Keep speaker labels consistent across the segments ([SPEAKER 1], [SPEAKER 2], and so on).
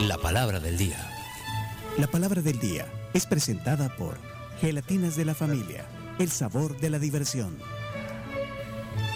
[SPEAKER 1] La palabra del día.
[SPEAKER 2] La palabra del día es presentada por Gelatinas de la Familia, el sabor de la diversión.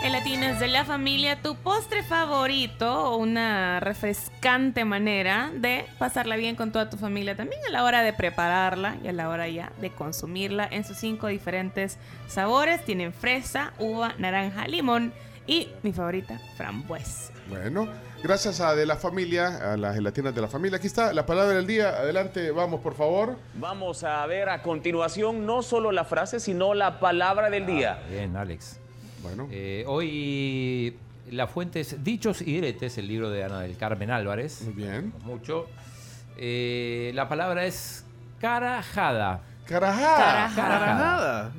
[SPEAKER 3] Gelatinas de la familia, tu postre favorito, una refrescante manera de pasarla bien con toda tu familia también a la hora de prepararla y a la hora ya de consumirla en sus cinco diferentes sabores. Tienen fresa, uva, naranja, limón y mi favorita, frambuesa.
[SPEAKER 4] Bueno, gracias a de la familia, a las gelatinas de la familia. Aquí está la palabra del día. Adelante, vamos, por favor.
[SPEAKER 5] Vamos a ver a continuación no solo la frase, sino la palabra del
[SPEAKER 6] Ah,
[SPEAKER 5] día.
[SPEAKER 7] Bien, Alex.
[SPEAKER 4] Bueno,
[SPEAKER 7] Eh, hoy la fuente es Dichos y Diretes, el libro de Ana del Carmen Álvarez.
[SPEAKER 4] muy bien.
[SPEAKER 7] Mucho. Eh, la palabra es carajada.
[SPEAKER 4] Ah, Carajada.
[SPEAKER 8] Carajada.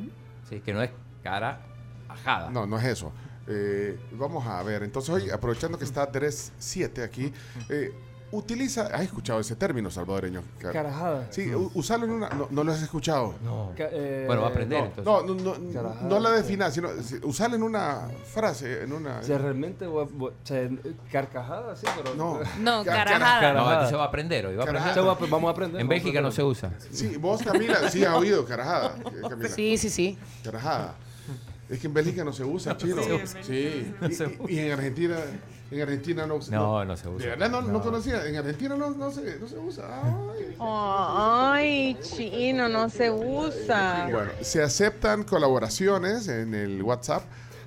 [SPEAKER 7] Sí, que no es cara ajada.
[SPEAKER 4] No, no es eso. Eh, vamos a ver, entonces hoy, aprovechando que está 3-7 aquí, eh, utiliza. ¿Has escuchado ese término salvadoreño? Car-
[SPEAKER 8] Carajada.
[SPEAKER 4] Sí, u- usalo en una. No, no lo has escuchado.
[SPEAKER 7] No.
[SPEAKER 8] Ca- eh,
[SPEAKER 7] Bueno, va a aprender
[SPEAKER 8] no.
[SPEAKER 7] entonces. este
[SPEAKER 4] No, no, no,
[SPEAKER 8] Carajada,
[SPEAKER 4] no la
[SPEAKER 8] sí.
[SPEAKER 4] definas, sino si- usala en una frase, en una.
[SPEAKER 8] O sea, realmente, voy a- voy- o sea, carcajada, sí, pero.
[SPEAKER 4] No.
[SPEAKER 3] No,
[SPEAKER 4] Car-
[SPEAKER 3] carajada.
[SPEAKER 8] cara-
[SPEAKER 7] No,
[SPEAKER 8] carajada.
[SPEAKER 7] entonces va a aprender hoy. Va a aprender.
[SPEAKER 8] O sea, voy a- vamos a aprender.
[SPEAKER 7] En
[SPEAKER 8] vamos a
[SPEAKER 7] Bélgica no se
[SPEAKER 8] aprender.
[SPEAKER 7] usa.
[SPEAKER 4] Sí, vos Camila, sí has oído, carajada. eh, Camila.
[SPEAKER 9] Sí, sí, sí.
[SPEAKER 4] Carajada. Es que en Bélgica no se usa chino.
[SPEAKER 3] se usa.
[SPEAKER 4] Sí. Y- Y, y en Argentina, en Argentina no,
[SPEAKER 7] No, no se usa.
[SPEAKER 4] De verdad no, no
[SPEAKER 7] No.
[SPEAKER 4] conocía. En Argentina no, no, se, no se usa. Ay.
[SPEAKER 3] Oh,
[SPEAKER 9] Ay, chino, no se usa.
[SPEAKER 4] Bueno, se aceptan colaboraciones en el WhatsApp.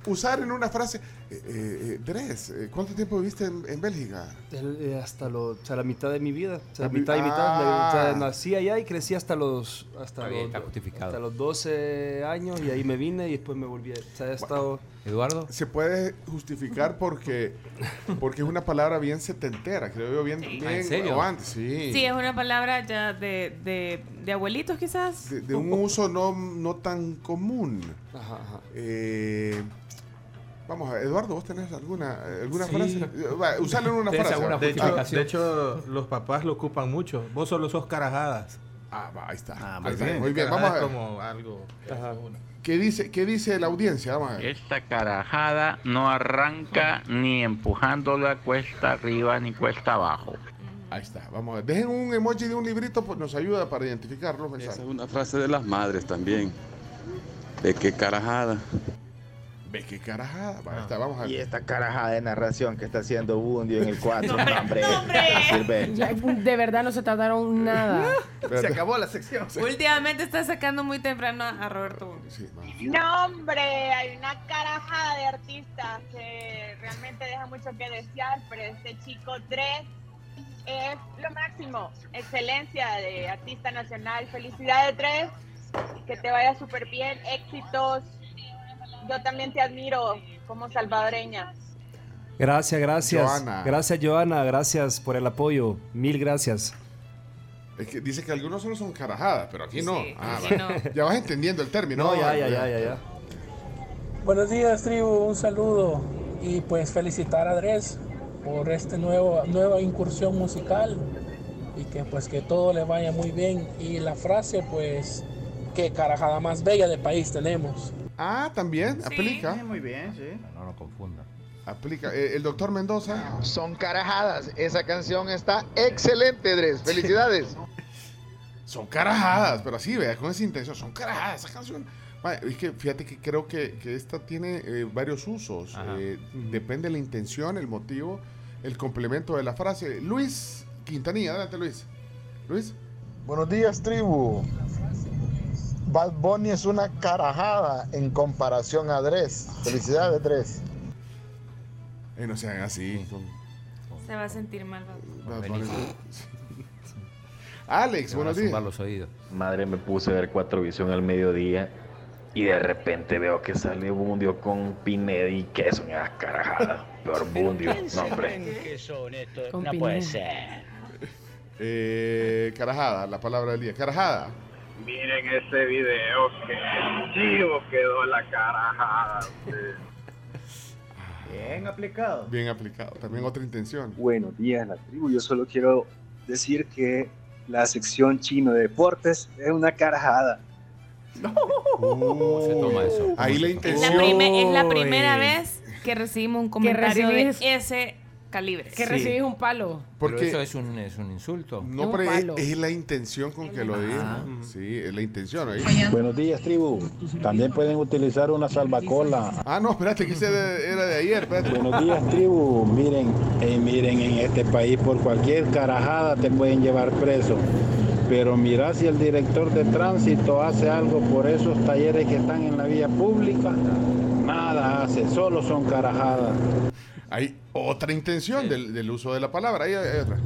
[SPEAKER 4] Usar en una frase. Eh, eh, eh, Dres, eh, ¿cuánto tiempo viviste en, en Bélgica?
[SPEAKER 8] El- eh, hasta lo, o sea, la mitad de mi vida. O sea,
[SPEAKER 4] La mi-
[SPEAKER 8] mitad y mitad.
[SPEAKER 4] Ah.
[SPEAKER 8] O sea, nací allá y crecí hasta los. Hasta
[SPEAKER 7] Está bien,
[SPEAKER 8] los
[SPEAKER 7] está justificado.
[SPEAKER 8] hasta los 12 años y ahí me vine y después me volví. a- O sea, he estado.
[SPEAKER 7] Eduardo.
[SPEAKER 4] Se puede justificar porque, porque es una palabra bien setentera, creo yo, bien, bien
[SPEAKER 7] Ah, ¿en serio?
[SPEAKER 4] o antes, sí.
[SPEAKER 3] Sí, es una palabra ya de, de, de abuelitos quizás.
[SPEAKER 4] De, de un uso no, no tan común.
[SPEAKER 8] Ajá, ajá.
[SPEAKER 4] Eh, vamos a ver, Eduardo, ¿vos tenés alguna, alguna
[SPEAKER 7] Sí.
[SPEAKER 4] frase? Eh, va, Usalo en una
[SPEAKER 7] ¿Tenés
[SPEAKER 4] frase.
[SPEAKER 7] alguna
[SPEAKER 10] De hecho,
[SPEAKER 7] Justificación.
[SPEAKER 10] de hecho, los papás lo ocupan mucho. Vos solo sos carajadas.
[SPEAKER 4] Ah, va, ahí está.
[SPEAKER 10] Ah,
[SPEAKER 4] Ahí está, Muy bien, vamos a
[SPEAKER 10] Carajada
[SPEAKER 4] ver.
[SPEAKER 10] es como algo.
[SPEAKER 4] ¿Qué, dice, ¿Qué dice la audiencia? Vamos a ver.
[SPEAKER 11] Esta carajada no arranca ni empujándola cuesta arriba ni cuesta abajo.
[SPEAKER 4] Ahí está, vamos a ver. Dejen un emoji de un librito, pues nos ayuda para identificar los
[SPEAKER 12] Esa
[SPEAKER 4] mensajes.
[SPEAKER 12] es una frase de las madres también. De qué carajada.
[SPEAKER 4] Ve qué carajada. Va, ahí está, vamos a ver.
[SPEAKER 11] Y esta carajada de narración que está haciendo Bundio en el 4, hombre.
[SPEAKER 9] Ya, de verdad no se tardaron nada.
[SPEAKER 4] Espérate.
[SPEAKER 10] acabó la sección.
[SPEAKER 3] Últimamente está sacando muy temprano a Roberto. Bundio.
[SPEAKER 4] Sí, va.
[SPEAKER 9] No, hombre, hay una carajada de artistas que realmente deja mucho que desear, pero este chico 3 es lo máximo. Excelencia de artista nacional. Felicidades 3, que te vaya súper bien, éxitos. Yo también te admiro como salvadoreña.
[SPEAKER 8] Gracias, gracias.
[SPEAKER 4] Joana.
[SPEAKER 8] Gracias, Joana. Gracias por el apoyo. Mil gracias.
[SPEAKER 4] Es que dice que algunos solo son carajadas, pero aquí no.
[SPEAKER 3] Sí,
[SPEAKER 4] Ah,
[SPEAKER 3] aquí
[SPEAKER 4] va.
[SPEAKER 3] no.
[SPEAKER 4] Ya vas entendiendo el término.
[SPEAKER 8] No, ya,
[SPEAKER 4] Vamos a
[SPEAKER 8] ya,
[SPEAKER 4] ver.
[SPEAKER 8] ya, ya, ya.
[SPEAKER 13] Buenos días, tribu. Un saludo y pues felicitar a Andrés por esta nueva incursión musical y que pues que todo le vaya muy bien. Y la frase pues, qué carajada más bella del país tenemos.
[SPEAKER 4] Ah, también, aplica.
[SPEAKER 10] Muy bien, sí.
[SPEAKER 7] No, no confunda.
[SPEAKER 4] Aplica. Eh, el doctor Mendoza.
[SPEAKER 11] Son carajadas. Esa canción está excelente, Dres. Felicidades.
[SPEAKER 4] Son carajadas, pero así, vea, con esa intención. Son carajadas, esa canción. Ma, Es que fíjate que creo que, que esta tiene eh, varios usos.
[SPEAKER 7] Ajá.
[SPEAKER 4] Eh, Depende de la intención, el motivo, el complemento de la frase. Luis Quintanilla, adelante Luis. Luis.
[SPEAKER 11] Buenos días, tribu. Bad Bunny es una carajada en comparación a Dres. Felicidades, Dres.
[SPEAKER 4] Eh, no sean así.
[SPEAKER 3] Se va a sentir mal. Bad.
[SPEAKER 4] Bad
[SPEAKER 7] Benito.
[SPEAKER 4] Bunny. Alex,
[SPEAKER 7] Se van a
[SPEAKER 4] buenos días.
[SPEAKER 7] zumbar los oídos.
[SPEAKER 11] Madre, me puse a ver Cuatro Visión al mediodía y de repente veo que sale Bundio con Pinedi, que es una carajada. Peor Bundio, no, hombre.
[SPEAKER 9] Con Pineda.
[SPEAKER 4] Eh, carajada, la palabra del día. Carajada.
[SPEAKER 12] Miren ese video que chivo quedó la carajada.
[SPEAKER 10] Bien aplicado.
[SPEAKER 4] Bien aplicado. También otra intención.
[SPEAKER 13] Buenos días, la tribu. Yo solo quiero decir que la sección chino de deportes es una carajada.
[SPEAKER 4] ¿Cómo
[SPEAKER 7] se toma eso? Uh, ¿Cómo
[SPEAKER 4] Ahí
[SPEAKER 7] se toma?
[SPEAKER 4] la
[SPEAKER 3] Es la,
[SPEAKER 4] intención.
[SPEAKER 3] prime- es la
[SPEAKER 10] Uy.
[SPEAKER 3] primera vez que recibimos un comentario de
[SPEAKER 9] recibís-
[SPEAKER 3] ese calibres.
[SPEAKER 1] Que recibís un palo.
[SPEAKER 7] Porque
[SPEAKER 4] Porque- Mm.
[SPEAKER 7] eso es un, es un insulto.
[SPEAKER 4] No, pero es, es la intención con que lo diga. Sí, es la intención ahí.
[SPEAKER 14] Buenos días, tribu. También pueden utilizar una salvacola.
[SPEAKER 4] Ah, no, espérate, que ese de- era de ayer. Espérate.
[SPEAKER 14] Buenos días, tribu. Miren, eh, miren, en este país por cualquier carajada te pueden llevar preso. Pero mira si el director de tránsito hace algo por esos talleres que están en la vía pública, nada hace, solo son carajadas.
[SPEAKER 4] Hay otra intención del, del uso de la palabra. Ahí hay otra.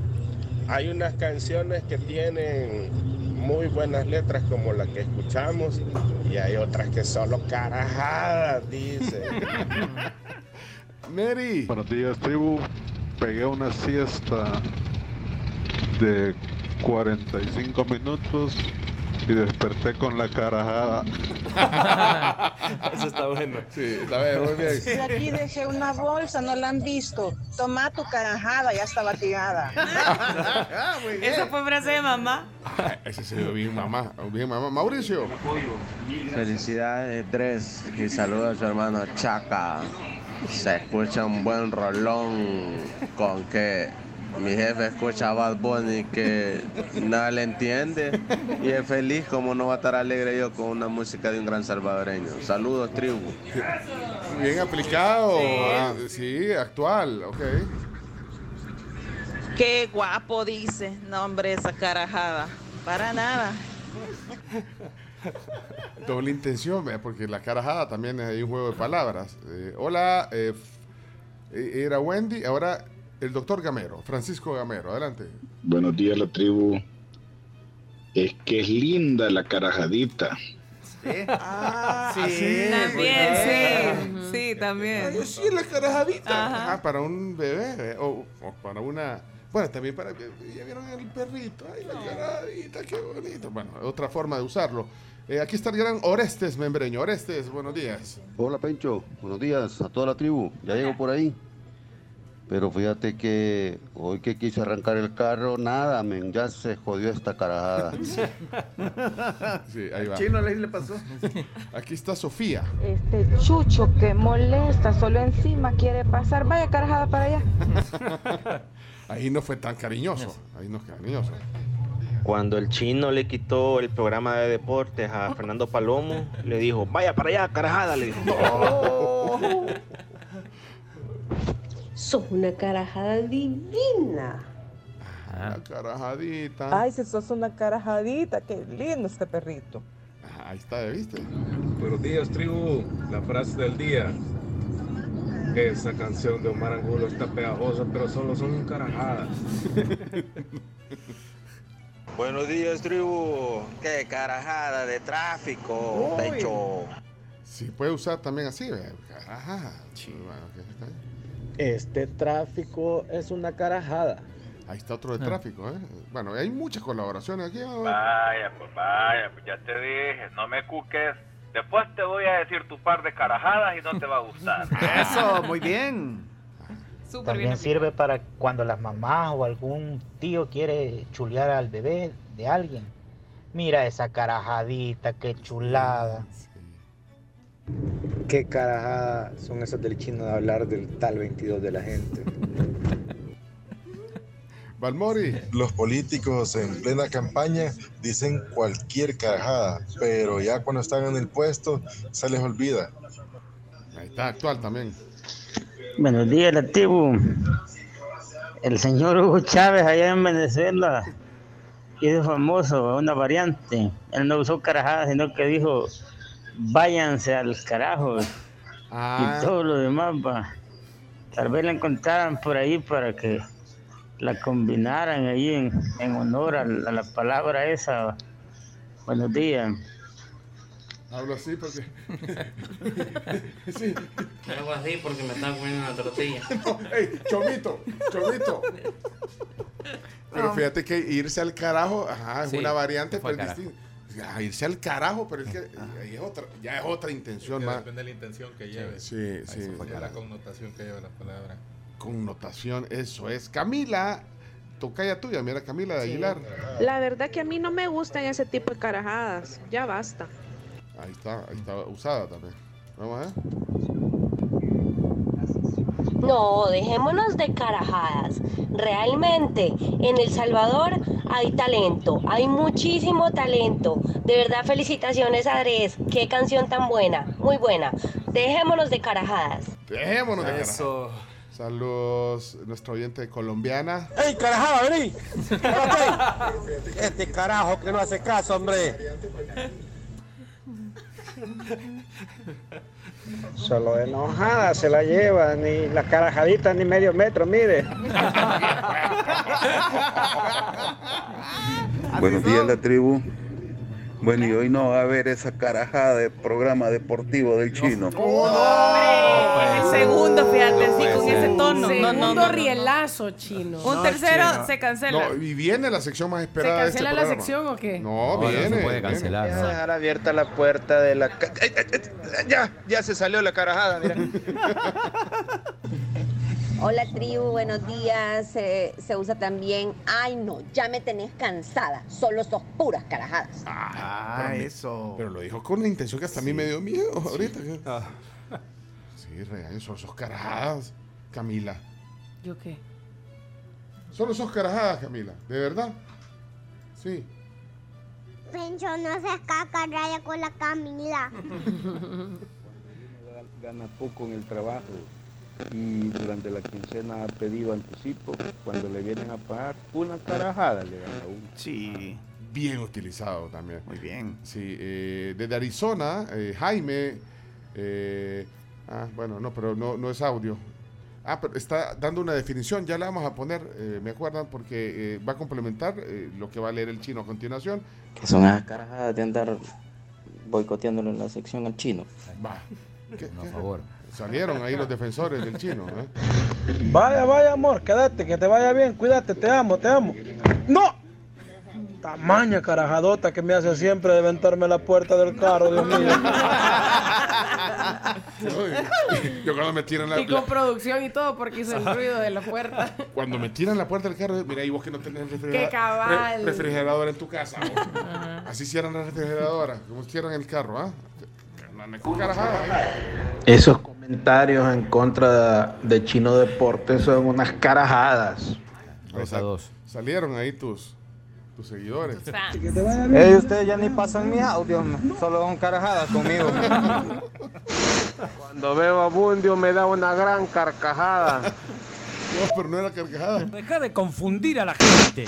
[SPEAKER 15] Hay unas canciones que tienen muy buenas letras como la que escuchamos y hay otras que solo carajadas, dice.
[SPEAKER 4] Mary.
[SPEAKER 16] Buenos días, tribu. Pegué una siesta de 45 minutos y desperté con la carajada.
[SPEAKER 8] Eso está bueno.
[SPEAKER 4] Sí, está bien, muy bien.
[SPEAKER 17] Y aquí dejé una bolsa, no la han visto. Toma tu carajada, ya estaba tirada.
[SPEAKER 3] Esa fue frase de mamá.
[SPEAKER 4] Ah, ese se vio bien mamá, bien mamá. Mauricio.
[SPEAKER 18] Felicidades, tres. Y saluda a su hermano Chaca. Se escucha un buen rolón con que mi jefe escucha a Bad Bunny que nada le entiende y es feliz como no va a estar alegre yo con una música de un gran salvadoreño. Saludos, tribu.
[SPEAKER 4] Bien aplicado. Ah, Sí, actual. Ok.
[SPEAKER 17] Qué guapo dice. No, hombre, esa carajada. Para nada.
[SPEAKER 4] Doble intención, vea, porque la carajada también es ahí un juego de palabras. Eh, hola, eh, f- eh, era Wendy, ahora el doctor Gamero, Francisco Gamero, adelante.
[SPEAKER 19] Buenos días, la tribu. Es que es linda la carajadita.
[SPEAKER 4] Ah, sí,
[SPEAKER 3] También,
[SPEAKER 4] porque-
[SPEAKER 3] sí. Sí, también.
[SPEAKER 4] Yo sí, la carajadita. Ah, para un bebé, eh, o, o para una... Bueno, también para... Ya vieron el perrito, ay, la carajadita, qué bonito. Bueno, otra forma de usarlo. Eh, aquí está el gran Orestes Membreño. Orestes, buenos días.
[SPEAKER 20] Hola Pencho, buenos días a toda la tribu, ya llego por ahí. Pero fíjate que hoy que quise arrancar el carro, nada, men, ya se jodió esta carajada.
[SPEAKER 4] Sí, ahí va.
[SPEAKER 20] Chino,
[SPEAKER 4] ahí le pasó. Aquí está Sofía.
[SPEAKER 21] Este chucho que molesta, solo encima quiere pasar. Vaya carajada para allá.
[SPEAKER 4] Ahí no fue tan cariñoso. Ahí no es cariñoso.
[SPEAKER 22] Cuando el chino le quitó el programa de deportes a Fernando Palomo, le dijo, vaya para allá, carajada, le dijo.
[SPEAKER 23] Sos una carajada divina.
[SPEAKER 9] Ah.
[SPEAKER 7] Ah,
[SPEAKER 4] La carajadita.
[SPEAKER 23] Ay, si sos una carajadita, qué lindo este perrito.
[SPEAKER 4] Ahí está, ¿viste?
[SPEAKER 24] Buenos días, tribu. La frase del día. Esa canción de Omar Angulo está pegajosa, pero solo son carajadas.
[SPEAKER 22] Buenos días, tribu. Qué carajada de tráfico,
[SPEAKER 4] Uy.
[SPEAKER 22] Pencho.
[SPEAKER 4] Sí, puede usar también así, ¿ve? Ajá. Bueno, ok, está bien.
[SPEAKER 25] Este tráfico es una carajada. Ah.
[SPEAKER 4] Ahí está otro de tráfico, ¿eh? Bueno, hay muchas colaboraciones aquí. ¿no?
[SPEAKER 6] Vaya, pues vaya, pues ya te dije, no me cuques. Después te voy a decir tu par de carajadas y no te va a gustar.
[SPEAKER 26] Eso, muy bien.
[SPEAKER 27] También sirve para cuando las mamás o algún tío quiere chulear al bebé de alguien. Mira esa carajadita, qué chulada.
[SPEAKER 28] Qué carajada son esas del chino de hablar del tal 22 de la gente.
[SPEAKER 4] Balmori.
[SPEAKER 29] Los políticos en plena campaña dicen cualquier carajada, pero ya cuando están en el puesto se les olvida.
[SPEAKER 4] Ahí está actual también.
[SPEAKER 27] Buenos días, la tribu. El señor Hugo Chávez allá en Venezuela es famoso, una variante. Él no usó carajadas, sino que dijo, váyanse al carajo.
[SPEAKER 4] Ah.
[SPEAKER 27] Y todo lo demás va. Tal vez la encontraran por ahí para que la combinaran ahí en, en honor a la, a la palabra esa. Buenos días.
[SPEAKER 4] Hablo así porque.
[SPEAKER 26] Sí. Me hago así porque me están comiendo una tortilla.
[SPEAKER 4] ¡Ey, chomito! ¡Chomito! Pero
[SPEAKER 26] No.
[SPEAKER 4] fíjate que irse al carajo, ajá, es
[SPEAKER 26] Sí,
[SPEAKER 4] una variante,
[SPEAKER 26] se fue
[SPEAKER 4] pero
[SPEAKER 26] al
[SPEAKER 4] es
[SPEAKER 26] carajo.
[SPEAKER 4] distinto. Ah, irse al carajo, pero es que ahí es otra, ya es otra intención
[SPEAKER 10] Que
[SPEAKER 4] más.
[SPEAKER 10] Depende de la intención que lleves.
[SPEAKER 4] Sí,
[SPEAKER 10] Ahí
[SPEAKER 4] sí.
[SPEAKER 10] se fue
[SPEAKER 4] Ya.
[SPEAKER 10] la connotación que lleva la palabra.
[SPEAKER 4] Connotación, eso es. Camila, tocaya tuya, mira Camila de Aguilar.
[SPEAKER 27] La verdad que a mí no me gustan ese tipo de carajadas. Ya basta.
[SPEAKER 4] Ahí está, ahí está usada también. Vamos a ver.
[SPEAKER 30] No, dejémonos de carajadas. Realmente, en El Salvador hay talento, hay muchísimo talento. De verdad, felicitaciones a Dres. Qué canción tan buena, muy buena. Dejémonos de carajadas.
[SPEAKER 4] Dejémonos de Eso. Saludos, nuestra oyente colombiana.
[SPEAKER 31] ¡Ey, carajada, vení! Espérate. Este carajo que no hace caso, hombre.
[SPEAKER 8] Solo enojada se la lleva, ni la carajadita ni medio metro, mire.
[SPEAKER 32] Buenos días, la tribu. Bueno, y hoy no va a haber esa carajada de programa deportivo del chino.
[SPEAKER 33] El segundo, fíjate, así con ese tono. No, no,
[SPEAKER 3] Segundo
[SPEAKER 33] no, no.
[SPEAKER 3] rielazo chino.
[SPEAKER 33] Un tercero se cancela.
[SPEAKER 4] No, y viene la sección más
[SPEAKER 3] ¿Se
[SPEAKER 4] esperada de este
[SPEAKER 3] cancela la
[SPEAKER 4] programa.
[SPEAKER 3] sección o qué?
[SPEAKER 4] No,
[SPEAKER 9] No, no
[SPEAKER 4] viene.
[SPEAKER 9] se puede
[SPEAKER 4] viene.
[SPEAKER 9] cancelar.
[SPEAKER 8] Voy a dejar abierta la puerta de la... ca- ¡Ay, ay, ay! Ya, ya se salió la carajada, mira.
[SPEAKER 34] Hola tribu, buenos días. Eh, se usa también, ay no, ya me tenés cansada, solo sos puras carajadas.
[SPEAKER 4] Ah, eso. Pero lo dijo con la intención que hasta a mí me dio miedo ahorita. Sí, regaños, solo sos carajadas, Camila.
[SPEAKER 3] ¿Yo qué?
[SPEAKER 4] Solo sos carajadas, Camila, de verdad. Sí.
[SPEAKER 35] Pencho no se caca raya con la Camila.
[SPEAKER 36] Gana poco en el trabajo y durante la quincena ha pedido anticipo. Cuando le vienen a pagar, una carajada le gana uno.
[SPEAKER 4] Sí. Bien utilizado también. Muy bien. Sí, eh, desde Arizona, eh, Jaime. eh, ah, bueno, no, pero no, no es audio. Ah, pero está dando una definición, ya la vamos a poner, eh, me acuerdan, porque eh, va a complementar eh, lo que va a leer el chino a continuación.
[SPEAKER 13] Que son esas carajadas de andar boicoteándole la sección al chino.
[SPEAKER 4] Va. Por favor. Salieron ahí los defensores del chino. ¿eh?
[SPEAKER 8] Vaya, vaya, amor, quédate, que te vaya bien, cuídate, te amo, te amo. ¡No! Tamaña carajadota que me hace siempre de ventarme la puerta del carro, Dios mío.
[SPEAKER 4] Uy, Yo cuando me tiran la,
[SPEAKER 3] Y con producción y todo porque hizo el ruido de la puerta.
[SPEAKER 4] la- cuando me tiran la puerta del carro, mira, y vos que no tenés refrigerador.
[SPEAKER 3] ¡Qué cabal!
[SPEAKER 4] refrigeradora en tu casa. vos. Así cierran la refrigeradora, como cierran el carro, ¿ah? Carajada, ¿eh?
[SPEAKER 8] Esos comentarios en contra de Chino Deportes son unas carajadas.
[SPEAKER 4] Salieron ahí tus, tus seguidores.
[SPEAKER 8] Ey, ustedes ya ni pasan mis audios, man. solo son carajadas conmigo. Cuando veo a Bundio me da una gran carcajada.
[SPEAKER 4] No, pero no era carcajada.
[SPEAKER 8] Deja de confundir a la gente.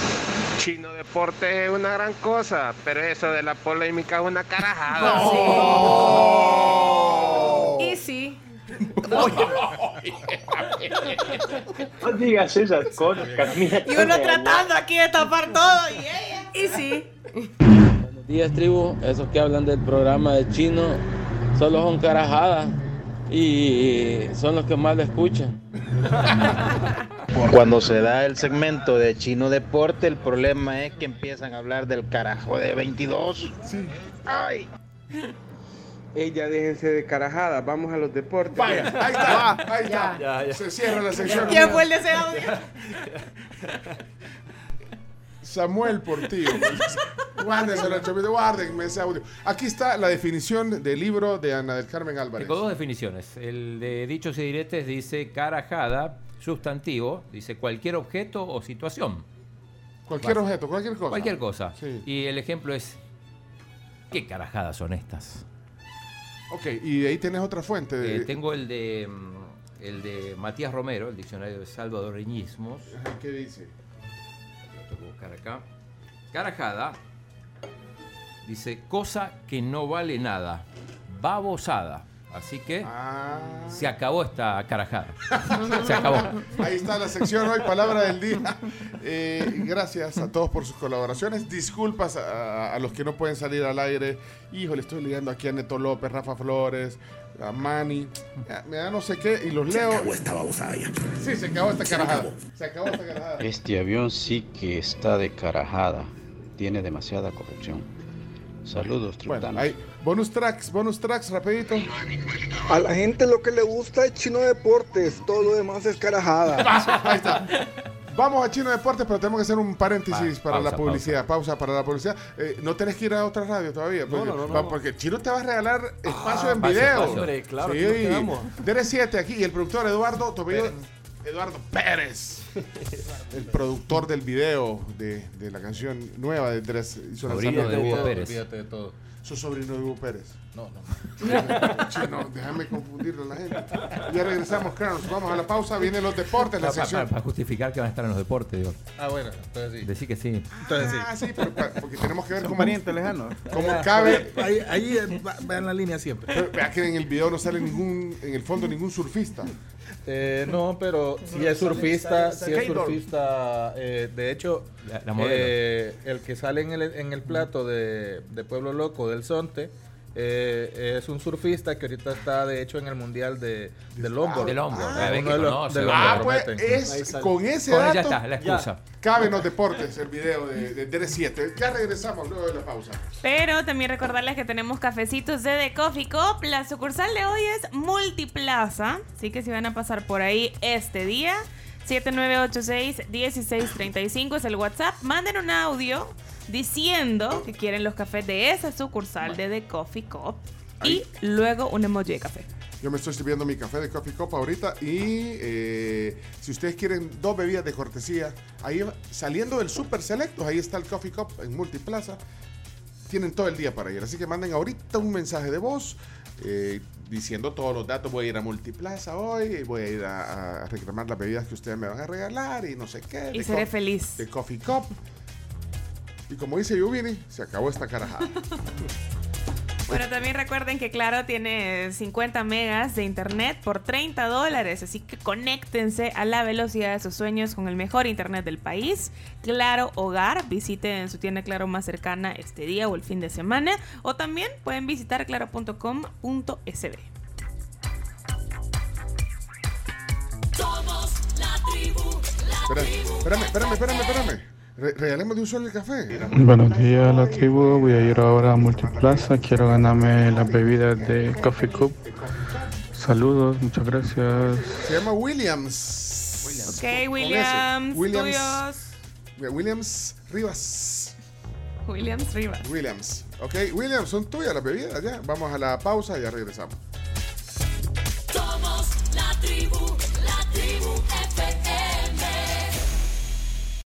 [SPEAKER 8] Chino Deportes es una gran cosa, pero eso de la polémica es una carajada.
[SPEAKER 3] Y sí.
[SPEAKER 8] No digas esas cosas, Camila.
[SPEAKER 3] Y uno tratando aquí de tapar todo. Y, ella. y sí.
[SPEAKER 13] Buenos días, tribu. Esos que hablan del programa de chino solo son carajadas y son los que más lo escuchan.
[SPEAKER 8] Cuando se da el segmento de Chino Deporte, el problema es que empiezan a hablar del carajo de 22. Ay. Ella déjense de carajada, vamos a los deportes.
[SPEAKER 4] Vaya, ahí está, ahí está. Se cierra la sección.
[SPEAKER 3] ¿Quién fue el de ese audio?
[SPEAKER 4] Samuel Portillo. Guárdenselo, chapito, guárdenme ese audio. Aquí está la definición del libro de Ana del Carmen Álvarez.
[SPEAKER 9] Tengo dos definiciones. El de dichos y diretes dice carajada, sustantivo, dice cualquier objeto o situación.
[SPEAKER 4] Cualquier
[SPEAKER 9] Vas-
[SPEAKER 4] objeto, cualquier cosa.
[SPEAKER 9] Cualquier cosa.
[SPEAKER 4] Sí.
[SPEAKER 9] Y el ejemplo es, ¿qué carajadas son estas?
[SPEAKER 4] Ok, y de ahí tienes otra fuente. De...
[SPEAKER 9] Eh, tengo el de, mm, el de Matías Romero, el diccionario de salvadoreñismos.
[SPEAKER 4] Ajá, ¿Qué dice?
[SPEAKER 9] Lo tengo que buscar acá. Carajada dice cosa que no vale nada, babosada. Así que
[SPEAKER 4] Ah,
[SPEAKER 9] se acabó esta carajada. se acabó.
[SPEAKER 4] Ahí está la sección hoy, palabra del día. Eh, gracias a todos por sus colaboraciones. Disculpas a, a los que no pueden salir al aire. Híjole, estoy leyendo aquí a Neto López, Rafa Flores, a Manny. Ya, Me da no sé qué y los leo. Se acabó esta Sí, se acabó esta carajada. Se acabó esta carajada.
[SPEAKER 2] Este avión sí que está de carajada. Tiene demasiada corrupción. Saludos,
[SPEAKER 4] Bueno, ahí, bonus tracks, bonus tracks, rapidito.
[SPEAKER 2] A la gente lo que le gusta es chino deportes, todo lo demás es carajada.
[SPEAKER 4] Ahí está. Vamos a Chino Deportes, pero tenemos que hacer un paréntesis
[SPEAKER 9] Pa-
[SPEAKER 4] para la
[SPEAKER 9] pausa,
[SPEAKER 4] publicidad. Pausa. para la publicidad. Eh, no tenés que ir a otra radio todavía. Porque,
[SPEAKER 8] no, no, no,
[SPEAKER 4] va-
[SPEAKER 8] no.
[SPEAKER 4] porque Chino te va a regalar
[SPEAKER 9] Ah,
[SPEAKER 4] espacio en
[SPEAKER 8] espacio,
[SPEAKER 4] video.
[SPEAKER 8] espacio. Hombre, claro, aquí nos quedamos.
[SPEAKER 4] Dere 7 aquí. Y el productor Eduardo Tomillo- Eduardo Pérez. el productor del video de, de la canción nueva de Tres. hizo
[SPEAKER 9] Sobrino
[SPEAKER 4] lanzamiento.
[SPEAKER 9] de Hugo Olvídate de Pérez. todo, olvídate
[SPEAKER 8] de todo.
[SPEAKER 4] Su sobrino de Hugo Pérez.
[SPEAKER 8] No, no.
[SPEAKER 4] Chino, déjame confundirlo a la gente. Ya regresamos, Carlos. Vamos a la pausa. Vienen los deportes, la
[SPEAKER 9] Pa- pa- pa-
[SPEAKER 4] sección.
[SPEAKER 9] Para, justificar que van a estar en los deportes, digo.
[SPEAKER 8] Ah, bueno, entonces sí.
[SPEAKER 9] Decir que sí.
[SPEAKER 4] Ah, sí, pero pa- porque tenemos que ver
[SPEAKER 8] Son
[SPEAKER 4] cómo.
[SPEAKER 8] parientes
[SPEAKER 4] lejanos. Cómo
[SPEAKER 8] Como
[SPEAKER 4] cabe.
[SPEAKER 8] Ahí, ahí eh, va, va en la línea siempre.
[SPEAKER 4] Pero vea que en el video no sale ningún, en el fondo ningún surfista.
[SPEAKER 8] Eh, no, pero si es surfista, si es surfista, eh, de hecho,
[SPEAKER 9] La- la modelo.
[SPEAKER 8] eh, el que sale en el, en el plato de, de Pueblo Loco del Sonte eh, es un surfista que ahorita está, de hecho, en el mundial de, de longboard.
[SPEAKER 9] de longboard,
[SPEAKER 8] Ah,
[SPEAKER 9] ya ve
[SPEAKER 8] uno
[SPEAKER 9] que
[SPEAKER 8] de los-
[SPEAKER 9] conoce,
[SPEAKER 8] de los
[SPEAKER 4] Ah,
[SPEAKER 8] que
[SPEAKER 4] pues
[SPEAKER 8] prometen. Ahí
[SPEAKER 4] es
[SPEAKER 8] sale.
[SPEAKER 4] con ese
[SPEAKER 9] Con-
[SPEAKER 4] dato.
[SPEAKER 9] ya está, la excusa.
[SPEAKER 4] Cabe en los deportes el video de, de Dere 7. Ya regresamos luego de la pausa.
[SPEAKER 3] Pero también recordarles que tenemos cafecitos de The Coffee Cup. La sucursal de hoy es Multiplaza. Así que si van a pasar por ahí este día, 7986-1635 es el WhatsApp. Manden un audio diciendo que quieren los cafés de esa sucursal de The Coffee Cup. Y luego un emoji de café.
[SPEAKER 4] Yo me estoy sirviendo mi café de Coffee Cup ahorita y eh, si ustedes quieren dos bebidas de cortesía, ahí saliendo del Super Selectos, ahí está el Coffee Cup en Multiplaza. Tienen todo el día para ir, así que manden ahorita un mensaje de voz eh, diciendo todos los datos. Voy a ir a Multiplaza hoy, y voy a ir a, a reclamar las bebidas que ustedes me van a regalar y no sé qué.
[SPEAKER 3] Y
[SPEAKER 4] de
[SPEAKER 3] seré
[SPEAKER 4] co-
[SPEAKER 3] feliz.
[SPEAKER 4] De Coffee Cup. Y como dice Yubini, se acabó esta carajada.
[SPEAKER 3] Bueno, también recuerden que Claro tiene 50 megas de internet por 30 dólares, así que conéctense a la velocidad de sus sueños con el mejor internet del país. Claro Hogar, visiten su tienda Claro más cercana este día o el fin de semana, o también pueden visitar claro.com.sb.
[SPEAKER 15] Somos la tribu, la
[SPEAKER 4] Espérame,
[SPEAKER 15] tribu.
[SPEAKER 4] espérame, espérame, espérame. espérame. Re- regalemos de un solo el café.
[SPEAKER 16] Buenos días, la tribu. Voy a ir ahora a Multiplaza. Quiero ganarme las bebidas de Coffee Cup. Saludos, muchas gracias.
[SPEAKER 4] Se llama Williams.
[SPEAKER 3] Ok,
[SPEAKER 4] Con- con S.
[SPEAKER 3] Williams,
[SPEAKER 4] Williams. eh,
[SPEAKER 3] tuyos.
[SPEAKER 4] Williams Rivas.
[SPEAKER 3] Williams Rivas.
[SPEAKER 4] Williams. Ok, Williams, son tuyas las bebidas ya. Vamos a la pausa y ya regresamos.
[SPEAKER 15] Somos la tribu, la tribu FM.